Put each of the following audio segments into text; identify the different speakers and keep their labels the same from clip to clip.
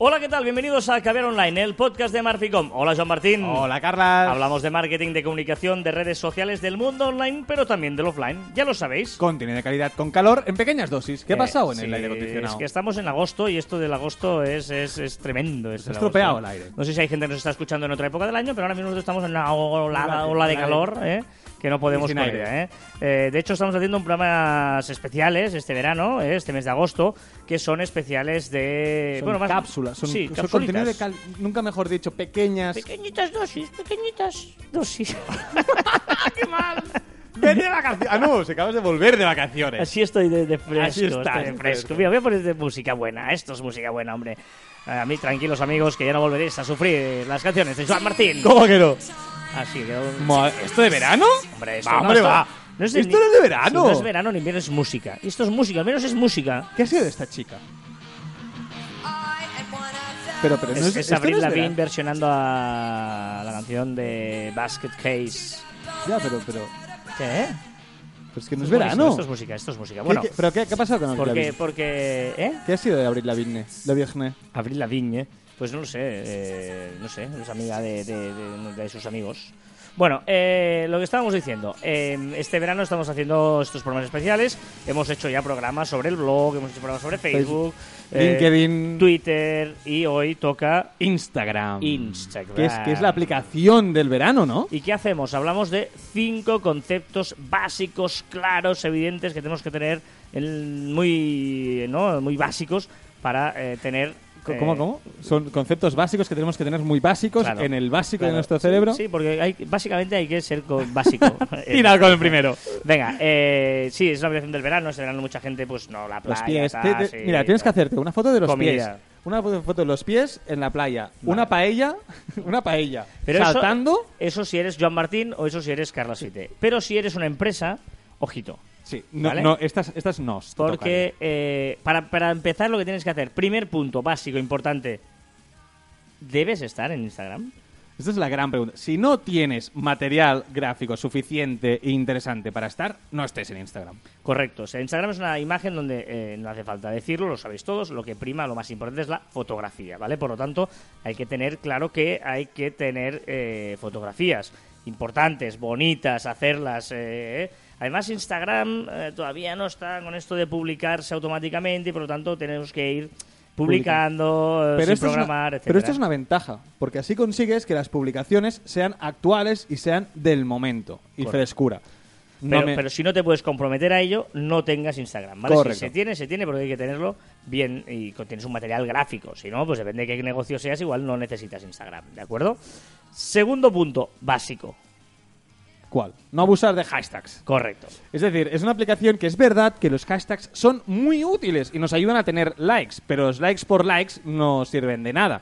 Speaker 1: Hola, ¿qué tal? Bienvenidos a Caviar Online, el podcast de Marficom. Hola, Joan Martín.
Speaker 2: Mm. Hola, Carla.
Speaker 1: Hablamos de marketing, de comunicación, de redes sociales, del mundo online, pero también del offline. Ya lo sabéis.
Speaker 2: Contenido de calidad con calor en pequeñas dosis. ¿Qué ha
Speaker 1: Eh,
Speaker 2: pasado en
Speaker 1: sí,
Speaker 2: el aire acondicionado?
Speaker 1: Es que estamos en agosto y esto del agosto es, es, es tremendo. Es
Speaker 2: Se ha estropeado
Speaker 1: agosto.
Speaker 2: el aire.
Speaker 1: No sé si hay gente que nos está escuchando en otra época del año, pero ahora mismo nosotros estamos en una ola,
Speaker 2: Ola-
Speaker 1: ola de
Speaker 2: ola de-
Speaker 1: calor ¿eh? que no podemos
Speaker 2: sin
Speaker 1: con
Speaker 2: aire.
Speaker 1: ella, ¿eh? Eh, De hecho, estamos haciendo un programas especiales este verano, ¿eh? este mes de agosto, que son especiales de...
Speaker 2: Son
Speaker 1: bueno, más-
Speaker 2: cápsulas, son,
Speaker 1: sí,
Speaker 2: son
Speaker 1: capsulitas.
Speaker 2: contenido de cal- nunca mejor dicho, pequeñas.
Speaker 1: Pequeñitas dosis, pequeñitas dosis. ¡Qué mal!
Speaker 2: Ven de vacaciones. Ah, no, se acabas de volver de vacaciones.
Speaker 1: Así estoy de, de fresco.
Speaker 2: Así estás,
Speaker 1: estoy de
Speaker 2: de
Speaker 1: fresco.
Speaker 2: fresco.
Speaker 1: Mira, voy a poner de música buena. Esto es música buena, hombre. Eh, A mí, tranquilos amigos, que ya no volveréis a sufrir las canciones de Juan Martín.
Speaker 2: ¿Cómo que no?
Speaker 1: Así que.
Speaker 2: Ma- ¿Esto de verano?
Speaker 1: Hombre, esto
Speaker 2: va,
Speaker 1: no,
Speaker 2: hombre,
Speaker 1: esto-
Speaker 2: va.
Speaker 1: no es de
Speaker 2: esto
Speaker 1: ni-
Speaker 2: no es de verano.
Speaker 1: No es verano ni invierno, es música. Y esto es música, al menos es música.
Speaker 2: ¿Qué ha sido de esta chica? Pero, pero no
Speaker 1: es, es
Speaker 2: es, esto no
Speaker 1: Avril
Speaker 2: es
Speaker 1: Lavigne
Speaker 2: verano.
Speaker 1: versionando a la canción de Basket Case.
Speaker 2: Ya, pero, pero,
Speaker 1: ¿Qué?
Speaker 2: pero es que no
Speaker 1: buenísimo,
Speaker 2: es verano.
Speaker 1: Esto es música, esto es música. Bueno,
Speaker 2: ¿Qué- qué- ¿Pero qué, qué ha pasado con Abril
Speaker 1: porque,
Speaker 2: Lavigne?
Speaker 1: porque. ¿Eh?
Speaker 2: ¿Qué ha sido de Abril Lavigne? La Virgen.
Speaker 1: Abril Lavigne, pues no lo sé, eh, no sé, es amiga de, de- de- de sus amigos. Bueno, eh, lo que estábamos diciendo, eh, este verano estamos haciendo estos programas especiales, hemos hecho ya programas sobre el blog, hemos hecho programas sobre Facebook, eh,
Speaker 2: LinkedIn.
Speaker 1: Twitter y hoy toca
Speaker 2: Instagram.
Speaker 1: Instagram.
Speaker 2: Que es, que es la aplicación del verano, ¿no?
Speaker 1: ¿Y qué hacemos? Hablamos de cinco conceptos básicos, claros, evidentes que tenemos que tener en- muy, ¿no? muy básicos para eh, tener...
Speaker 2: C-
Speaker 1: eh,
Speaker 2: ¿Cómo, cómo? Son conceptos básicos que tenemos que tener muy básicos
Speaker 1: Claro.
Speaker 2: en el básico
Speaker 1: Claro,
Speaker 2: de nuestro
Speaker 1: sí,
Speaker 2: cerebro.
Speaker 1: Sí, porque hay, básicamente hay que ser co- básico. Eh,
Speaker 2: Tira con el primero.
Speaker 1: Venga, eh, sí, es la obligación del verano. Este verano mucha gente, pues no, la
Speaker 2: Los
Speaker 1: playa.
Speaker 2: pies.
Speaker 1: tal,
Speaker 2: Te- te-
Speaker 1: sí,
Speaker 2: mira, tienes que
Speaker 1: tal.
Speaker 2: hacerte una foto de los
Speaker 1: Comida.
Speaker 2: pies. Una fo- foto de los pies en la playa. Una paella. Una paella.
Speaker 1: Pero eso-
Speaker 2: saltando.
Speaker 1: Eso, si eres Joan Martín o eso si eres Carla Siete. Pero si eres una empresa, ojito.
Speaker 2: Sí, no,
Speaker 1: ¿Vale?
Speaker 2: no, estas, estas no. te
Speaker 1: Porque eh, para, para empezar, lo que tienes que hacer, primer punto básico, importante. ¿Debes estar en Instagram?
Speaker 2: tocaría. Esta es la gran pregunta. Si no tienes material gráfico suficiente e interesante para estar, no estés en Instagram.
Speaker 1: Correcto. O sea, Instagram es una imagen donde eh, no hace falta decirlo, lo sabéis todos. Lo que prima, lo más importante es la fotografía, ¿vale? Por lo tanto, hay que tener claro que hay que tener eh, fotografías importantes, bonitas, hacerlas. eh. Además, Instagram eh, todavía no está con esto de publicarse automáticamente y por lo tanto tenemos que ir publicando, eh, sin
Speaker 2: esto es una-
Speaker 1: programar, etc.
Speaker 2: pero esto es una ventaja, porque así consigues que las publicaciones sean actuales y sean del momento y
Speaker 1: Correcto.
Speaker 2: frescura. No
Speaker 1: Pero,
Speaker 2: me-
Speaker 1: pero si no te puedes comprometer a ello, no tengas Instagram, ¿vale?
Speaker 2: Correcto.
Speaker 1: Si se tiene, se tiene, porque hay que tenerlo bien y con- tienes un material gráfico. Si no, pues depende de qué negocio seas, igual no necesitas Instagram, ¿de acuerdo? Segundo punto, básico.
Speaker 2: ¿Cuál? No abusar de hashtags.
Speaker 1: Correcto.
Speaker 2: Es decir, es una aplicación que es verdad que los hashtags son muy útiles y nos ayudan a tener likes, pero los likes por likes no sirven de nada.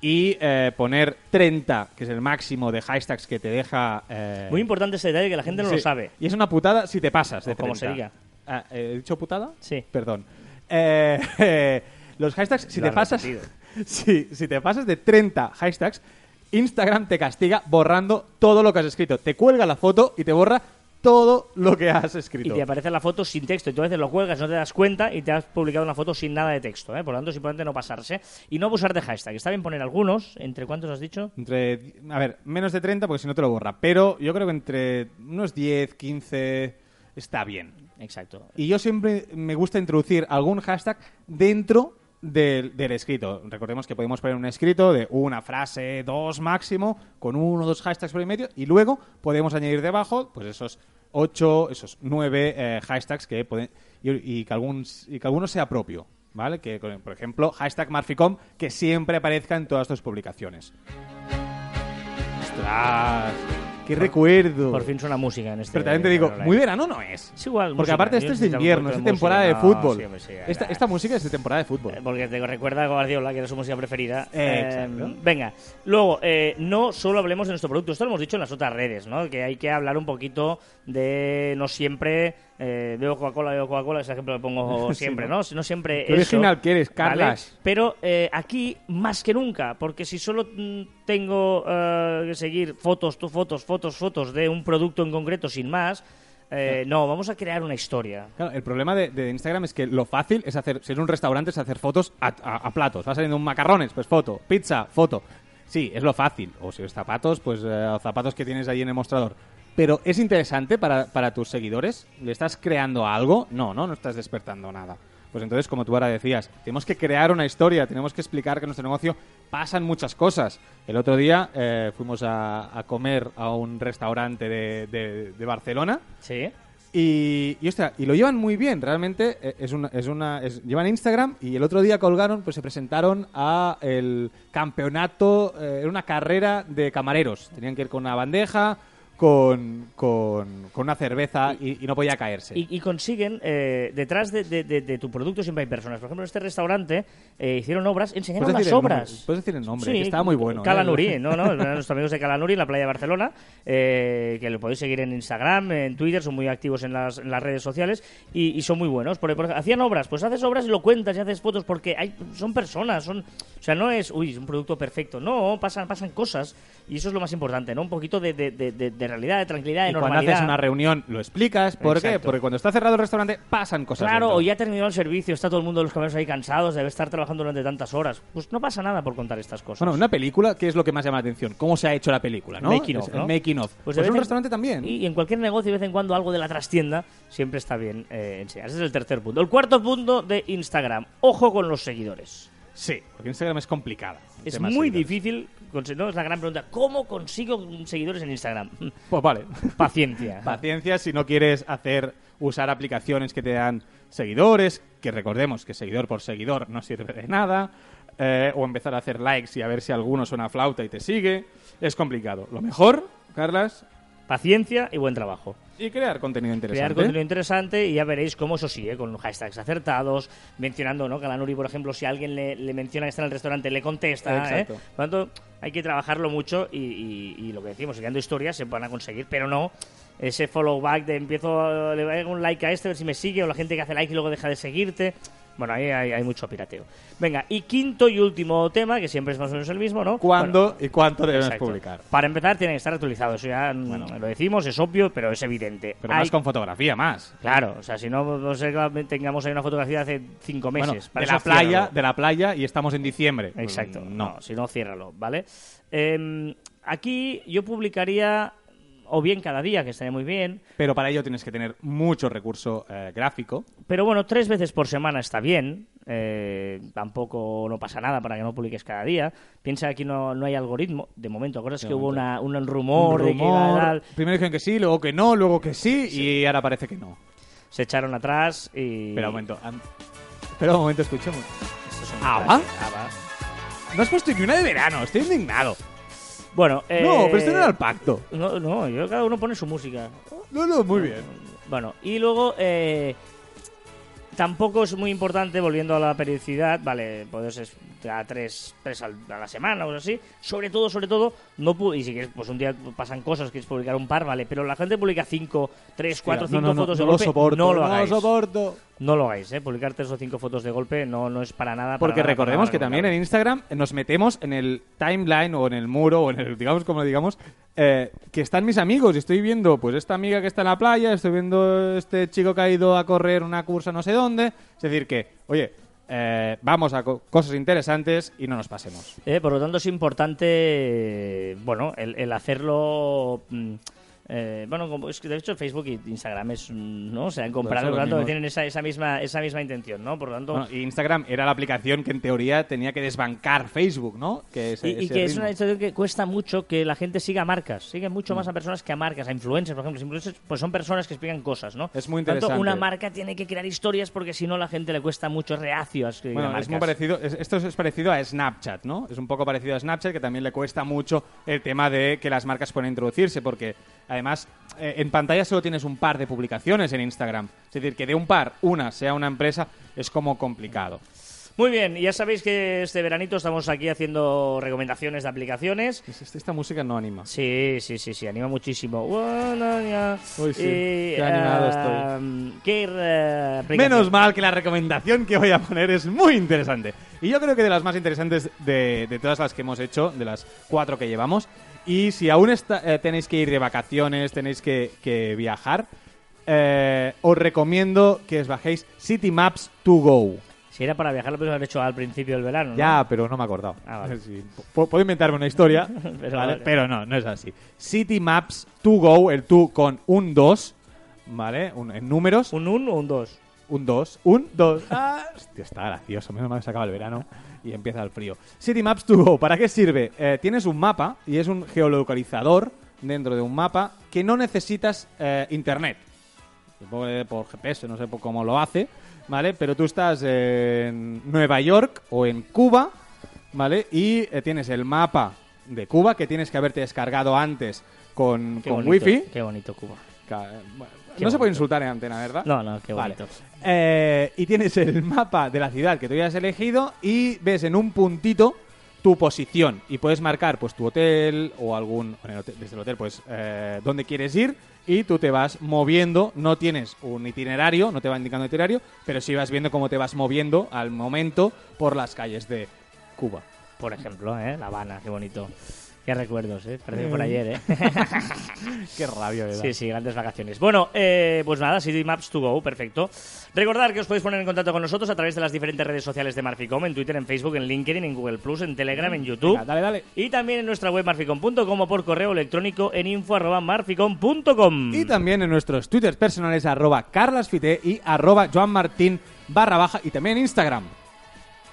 Speaker 2: Y eh, poner 30, que es el máximo de hashtags que te deja... eh,
Speaker 1: Muy importante ese detalle que la gente no lo
Speaker 2: Sí.
Speaker 1: sabe.
Speaker 2: Y es una putada si te pasas de
Speaker 1: O como
Speaker 2: 30.
Speaker 1: se diga.
Speaker 2: Ah, ¿He dicho putada?
Speaker 1: Sí.
Speaker 2: Perdón. Eh, eh, los hashtags, si
Speaker 1: Lo
Speaker 2: te
Speaker 1: has
Speaker 2: pasas.
Speaker 1: repetido.
Speaker 2: Si, si te pasas de 30 hashtags, Instagram te castiga borrando todo lo que has escrito. Te cuelga la foto y te borra todo lo que has
Speaker 1: Y
Speaker 2: escrito.
Speaker 1: te aparece la foto sin texto, y tú a veces lo cuelgas, no te das cuenta y te has publicado una foto sin nada de texto, ¿eh? Por lo tanto, es importante no pasarse y no abusar de hashtag. Está bien poner algunos, ¿entre cuántos has dicho?
Speaker 2: Entre, a ver, menos de 30 porque si no te lo borra. Pero yo creo que entre unos 10, 15 está bien.
Speaker 1: Exacto.
Speaker 2: Y yo siempre me gusta introducir algún hashtag dentro del, del escrito. Recordemos que podemos poner un escrito de una frase, dos máximo, con uno o dos hashtags por el medio, y luego podemos añadir debajo pues esos ocho, esos nueve eh, hashtags que pueden, y, y que algún, y que alguno sea propio. ¿Vale? Que, con- por ejemplo, hashtag Marficom, que siempre aparezca en todas tus publicaciones. ¡Ostras! ¡Qué recuerdo!
Speaker 1: Por fin suena música en este.
Speaker 2: Pero también te digo,
Speaker 1: Caroline.
Speaker 2: muy verano no es.
Speaker 1: Es igual,
Speaker 2: Porque
Speaker 1: música.
Speaker 2: aparte
Speaker 1: Yo
Speaker 2: este es de
Speaker 1: necesito un
Speaker 2: invierno,
Speaker 1: poquito
Speaker 2: es
Speaker 1: de
Speaker 2: de temporada
Speaker 1: música.
Speaker 2: de fútbol.
Speaker 1: No, sí, hombre, sí,
Speaker 2: esta,
Speaker 1: nada.
Speaker 2: esta música es de temporada de
Speaker 1: Eh,
Speaker 2: fútbol.
Speaker 1: Porque te recuerda a Guardiola, que era su música preferida.
Speaker 2: Eh,
Speaker 1: Eh,
Speaker 2: exacto.
Speaker 1: venga, luego, eh, no solo hablemos de nuestro producto, esto lo hemos dicho en las otras redes, ¿no? Que hay que hablar un poquito de no siempre. Eh, veo Coca-Cola, veo Coca-Cola, ese ejemplo lo pongo
Speaker 2: Sí,
Speaker 1: siempre,
Speaker 2: ¿no?
Speaker 1: ¿no? No siempre.
Speaker 2: Qué
Speaker 1: eso,
Speaker 2: original que eres,
Speaker 1: ¿vale?
Speaker 2: Carlas.
Speaker 1: Pero eh, aquí más que nunca, porque si solo mm, tengo eh, que seguir fotos, tu- fotos, fotos, fotos de un producto en concreto sin más, eh, no, vamos a crear una historia.
Speaker 2: Claro, el problema de, de Instagram es que lo fácil es hacer, si es un restaurante, es hacer fotos a, a- a platos. Va saliendo un macarrones, pues foto, pizza, foto. Sí, es lo fácil. O si es zapatos, pues eh, zapatos que tienes ahí en el mostrador. Pero es interesante para, para tus seguidores. ¿Le estás creando algo? No, no, no estás despertando nada. Pues entonces, como tú ahora decías, tenemos que crear una historia, tenemos que explicar que en nuestro negocio pasan muchas cosas. El otro día eh, fuimos a, a comer a un restaurante de- de- de Barcelona
Speaker 1: Sí.
Speaker 2: y, y, hostia, y lo llevan muy bien, realmente. eh, Es una, es una, es- llevan Instagram y el otro día colgaron, pues se presentaron a el campeonato, eh, era una carrera de camareros. Tenían que ir con una bandeja, con, con, con una cerveza y, y no podía caerse.
Speaker 1: Y, y consiguen, eh, detrás de, de- de- de tu producto siempre hay personas. Por ejemplo, en este restaurante eh, hicieron obras, enseñaron
Speaker 2: ¿Puedes
Speaker 1: las
Speaker 2: Pues decir el nombre?
Speaker 1: obras.
Speaker 2: ¿Puedes decir el nombre?
Speaker 1: Sí,
Speaker 2: Que estaba muy bueno, ¿eh?
Speaker 1: Calanuri, no, no, nuestros amigos de Calanuri en la playa de Barcelona, eh, que lo podéis seguir en Instagram, en Twitter, son muy activos en las, en las redes sociales y, y son muy buenos. Por, por- hacían obras, pues haces obras y lo cuentas y haces fotos porque hay, son personas, son, o sea, no es, uy, es un producto perfecto, no, pasan, pasan cosas y eso es lo más importante, ¿no? Un poquito de, de- de- de- de realidad, de tranquilidad, de
Speaker 2: Y cuando
Speaker 1: normalidad.
Speaker 2: haces una reunión lo explicas. ¿Por qué?
Speaker 1: Exacto.
Speaker 2: Porque cuando está cerrado el restaurante pasan cosas.
Speaker 1: Claro,
Speaker 2: dentro.
Speaker 1: o ya terminó el servicio, está todo el mundo de los camareros ahí cansados, debe estar trabajando durante tantas horas. Pues no pasa nada por contar estas cosas.
Speaker 2: Bueno, una película, ¿qué es lo que más llama la atención? ¿Cómo se ha hecho la película? ¿no?
Speaker 1: Making of,
Speaker 2: Es el
Speaker 1: ¿no?
Speaker 2: Making of. Pues,
Speaker 1: de vez
Speaker 2: en un
Speaker 1: en-
Speaker 2: restaurante también.
Speaker 1: Y, y en cualquier negocio, de vez en cuando, algo de la trastienda siempre está bien eh, enseñar. Ese es el tercer punto. El cuarto punto de Instagram. Ojo con los seguidores.
Speaker 2: Sí, porque Instagram es complicada. El
Speaker 1: Es
Speaker 2: tema
Speaker 1: muy
Speaker 2: seguidores.
Speaker 1: difícil. conse- No, es la gran pregunta. ¿Cómo consigo seguidores en Instagram?
Speaker 2: Pues vale.
Speaker 1: Paciencia.
Speaker 2: Paciencia si no quieres hacer usar aplicaciones que te dan seguidores, que recordemos que seguidor por seguidor no sirve de nada, eh, o empezar a hacer likes y a ver si alguno suena flauta y te sigue. Es complicado. Lo mejor, Carlas,
Speaker 1: Paciencia y buen trabajo.
Speaker 2: y crear contenido interesante.
Speaker 1: crear contenido interesante y ya veréis cómo eso sí, ¿eh? con hashtags acertados, mencionando, ¿no? Calanuri, por ejemplo, si alguien le, le menciona que está en el restaurante, le contesta, ¿eh?
Speaker 2: Exacto.
Speaker 1: Por lo tanto, hay que trabajarlo mucho y, y- y lo que decimos, creando historias se van a conseguir, pero no ese follow back de empiezo, le voy a dar un like a este, a ver si me sigue, o la gente que hace like y luego deja de seguirte. Bueno, ahí hay, hay mucho pirateo. Venga, y quinto y último tema, que siempre es más o menos el mismo, ¿no?
Speaker 2: ¿Cuándo
Speaker 1: Bueno,
Speaker 2: y cuánto debes
Speaker 1: Exacto.
Speaker 2: publicar?
Speaker 1: Para empezar, tiene que estar actualizado. Eso ya mm, lo decimos, es obvio, pero es evidente.
Speaker 2: Pero
Speaker 1: Hay
Speaker 2: más con fotografía, más.
Speaker 1: Claro, o sea, si no, no sé, tengamos ahí una fotografía de hace cinco meses.
Speaker 2: Bueno,
Speaker 1: Pues Para
Speaker 2: de la
Speaker 1: eso ciérralo.
Speaker 2: playa, de la playa y estamos en diciembre.
Speaker 1: Exacto.
Speaker 2: Mm,
Speaker 1: No. si no, ciérralo, ¿vale? Eh, aquí yo publicaría, o bien cada día, que estaría muy bien,
Speaker 2: Pero para ello tienes que tener mucho recurso eh, gráfico.
Speaker 1: pero bueno, tres veces por semana está bien. eh, tampoco no pasa nada para que no publiques cada día. Piensa que aquí no, no hay algoritmo, de momento. ¿Acuerdas que hubo una, un rumor, de que iba a
Speaker 2: rumor.
Speaker 1: dar-
Speaker 2: Primero dijeron que sí, luego que no, luego que sí, y ahora parece que no.
Speaker 1: se echaron atrás y...
Speaker 2: Espera un momento. an- Espera un momento, escuchemos.
Speaker 1: Estos son
Speaker 2: ¿Ava?
Speaker 1: frases, Ava.
Speaker 2: No has puesto ni una de verano, estoy indignado.
Speaker 1: Bueno, eh,
Speaker 2: No, pero esto no era el pacto.
Speaker 1: No, no, yo cada uno pone su música.
Speaker 2: No, no, muy bien.
Speaker 1: Bueno, y luego eh, tampoco es muy importante, volviendo a la periodicidad, vale, puedes es- a tres, tres al- a la semana o así. Sobre todo, sobre todo, no pu- y si quieres, pues un día pasan cosas, quieres publicar un par, vale, pero la gente publica cinco, tres, cuatro,
Speaker 2: Mira,
Speaker 1: cinco
Speaker 2: no, no, no,
Speaker 1: fotos
Speaker 2: no
Speaker 1: de
Speaker 2: lo
Speaker 1: golpe.
Speaker 2: soporto,
Speaker 1: no lo
Speaker 2: no
Speaker 1: hagáis.
Speaker 2: soporto.
Speaker 1: No lo hagáis, eh. Publicar tres o cinco fotos de golpe no, no es para nada. para
Speaker 2: Ah, Porque
Speaker 1: nada, para
Speaker 2: recordemos
Speaker 1: nada
Speaker 2: que también en
Speaker 1: recomendable.
Speaker 2: Instagram nos metemos en el timeline o en el muro o en el, digamos, como lo digamos, eh, que están mis amigos y estoy viendo, pues, esta amiga que está en la playa, estoy viendo este chico que ha ido a correr una cursa no sé dónde. Es decir, que, oye, eh, vamos a co- cosas interesantes y no nos pasemos.
Speaker 1: Eh, por lo tanto, es importante, eh, bueno, el, el hacerlo. mm, eh, bueno, como, es que de hecho Facebook y Instagram es, mm, ¿no? Se han comprado, por
Speaker 2: son
Speaker 1: lo
Speaker 2: los
Speaker 1: tanto,
Speaker 2: mismos.
Speaker 1: tienen esa, esa misma, esa misma intención, ¿no? Por lo tanto,
Speaker 2: Bueno, y Instagram era la aplicación que en teoría tenía que desbancar Facebook, ¿no? Que ese-
Speaker 1: y, y
Speaker 2: ese
Speaker 1: que es
Speaker 2: ritmo. Mm.
Speaker 1: una institución que cuesta mucho que la gente siga a marcas. Sigue mucho más a personas que a marcas, a influencers, por ejemplo. Los influencers pues son personas que explican cosas, ¿no?
Speaker 2: Es muy
Speaker 1: Por lo tanto,
Speaker 2: interesante.
Speaker 1: una marca tiene que crear historias porque si no, la gente le cuesta mucho es reacio a escribir a
Speaker 2: Bueno,
Speaker 1: marcas.
Speaker 2: es muy parecido, es- esto es parecido a Snapchat, ¿no? Es un poco parecido a Snapchat, que también le cuesta mucho el tema de que las marcas pueden introducirse, porque además eh, en pantalla solo tienes un par de publicaciones en Instagram. Es decir, que de un par, una sea una empresa, es como complicado.
Speaker 1: Muy bien, y ya sabéis que este veranito estamos aquí haciendo recomendaciones de aplicaciones.
Speaker 2: Es- Esta, esta música no anima.
Speaker 1: Sí, sí, sí, sí, anima muchísimo. Uy,
Speaker 2: Uy, sí, qué animado
Speaker 1: estoy. ¿Qué eh, aplicación?
Speaker 2: Menos mal que la recomendación que voy a poner es muy interesante. Y yo creo que de las más interesantes de, de todas las que hemos hecho, de las cuatro que llevamos. Y si aún está- eh, tenéis que ir de vacaciones, tenéis que, que viajar, eh, os recomiendo que os bajéis City Maps to Go.
Speaker 1: Si era para viajar, lo podríamos haber hecho al principio del verano. ¿no?
Speaker 2: Ya, pero no me he acordado.
Speaker 1: Ah, vale.
Speaker 2: Sí, p- puedo inventarme una historia,
Speaker 1: Pero
Speaker 2: pero,
Speaker 1: vale.
Speaker 2: pero no, no es así. City Maps to Go, el 2 con un 2, ¿vale? Un- en números,
Speaker 1: ¿Un 1 o un 2?
Speaker 2: un 2, un 2. Ah, hostia, está gracioso. Menos mal que se acaba el verano y empieza el frío. City Maps to Go, ¿para qué sirve? Eh, tienes un mapa y es un geolocalizador dentro de un mapa que no necesitas eh, internet. Supongo que por GPS, no sé por cómo lo hace, ¿vale? Pero tú estás en Nueva York o en Cuba, ¿vale? Y eh, tienes el mapa de Cuba que tienes que haberte descargado antes con,
Speaker 1: Qué
Speaker 2: con
Speaker 1: bonito,
Speaker 2: wifi.
Speaker 1: Qué bonito, Cuba.
Speaker 2: Ca- eh, bueno,
Speaker 1: Qué
Speaker 2: no se
Speaker 1: bonito.
Speaker 2: puede insultar en antena, ¿verdad?
Speaker 1: No, no, qué
Speaker 2: Vale.
Speaker 1: bonito.
Speaker 2: Eh, y tienes el mapa de la ciudad que tú ya has elegido y ves en un puntito tu posición y puedes marcar pues tu hotel o algún en el hotel- desde el hotel pues eh, dónde quieres ir y tú te vas moviendo no tienes un itinerario no te va indicando itinerario pero sí vas viendo cómo te vas moviendo al momento por las calles de Cuba
Speaker 1: Por ejemplo, ¿eh? La Habana, qué bonito. Qué recuerdos, ¿eh? Parece
Speaker 2: Mm.
Speaker 1: que por ayer, ¿eh?
Speaker 2: qué rabia ¿verdad?
Speaker 1: Sí, sí, grandes vacaciones. Bueno, eh, pues nada, City Maps to Go, perfecto. Recordar que os podéis poner en contacto con nosotros a través de las diferentes redes sociales de Marficom, en Twitter, en Facebook, en LinkedIn, en Google Plus, en Telegram, en YouTube.
Speaker 2: Mm, Venga, dale dale
Speaker 1: Y también en nuestra web marficom.com o por correo electrónico en info.marficom.com.
Speaker 2: Y también en nuestros twitters personales arroba carlasfite y arroba joanmartin barra baja y también en Instagram.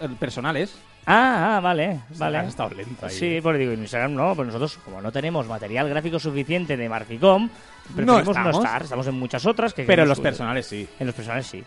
Speaker 2: El personales.
Speaker 1: Ah, ah, vale, vale.
Speaker 2: Has estado lento ahí. eh.
Speaker 1: Sí, porque digo, en Instagram no, pues nosotros, como no tenemos material gráfico suficiente de Marficom,
Speaker 2: No
Speaker 1: preferimos no,
Speaker 2: estamos.
Speaker 1: estar. Estamos en muchas otras que
Speaker 2: Pero
Speaker 1: queremos
Speaker 2: los
Speaker 1: subir.
Speaker 2: personales sí.
Speaker 1: En los personales sí.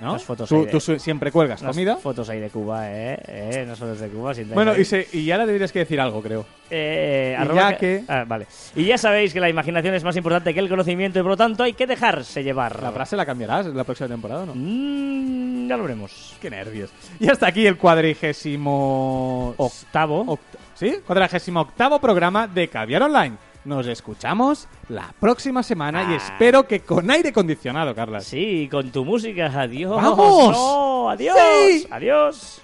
Speaker 2: ¿no?
Speaker 1: Las fotos ahí
Speaker 2: tú,
Speaker 1: de-
Speaker 2: tú su- siempre cuelgas
Speaker 1: Las
Speaker 2: comida.
Speaker 1: fotos ahí de Cuba, ¿eh? ¿Eh? No solo de Cuba, sin
Speaker 2: Bueno, y, se, y ahora deberías que decir algo, creo.
Speaker 1: Eh,
Speaker 2: Y
Speaker 1: arroba
Speaker 2: ya
Speaker 1: que-
Speaker 2: que-
Speaker 1: Ah, vale. Y ya sabéis que la imaginación es más importante que el conocimiento y por lo tanto hay que dejarse llevar.
Speaker 2: La frase la cambiarás en la próxima temporada, ¿o ¿no?
Speaker 1: Mm, ya lo veremos.
Speaker 2: Qué nervios. Y hasta aquí el cuadragésimo...
Speaker 1: Octavo.
Speaker 2: oct- ¿Sí? Cuadragésimo octavo programa de Caviar Online. Nos escuchamos la próxima semana y
Speaker 1: Ah.
Speaker 2: espero que con aire acondicionado, Carlas.
Speaker 1: Sí, con tu música. Adiós.
Speaker 2: ¡Vamos!
Speaker 1: No, adiós.
Speaker 2: ¡Sí!
Speaker 1: Adiós.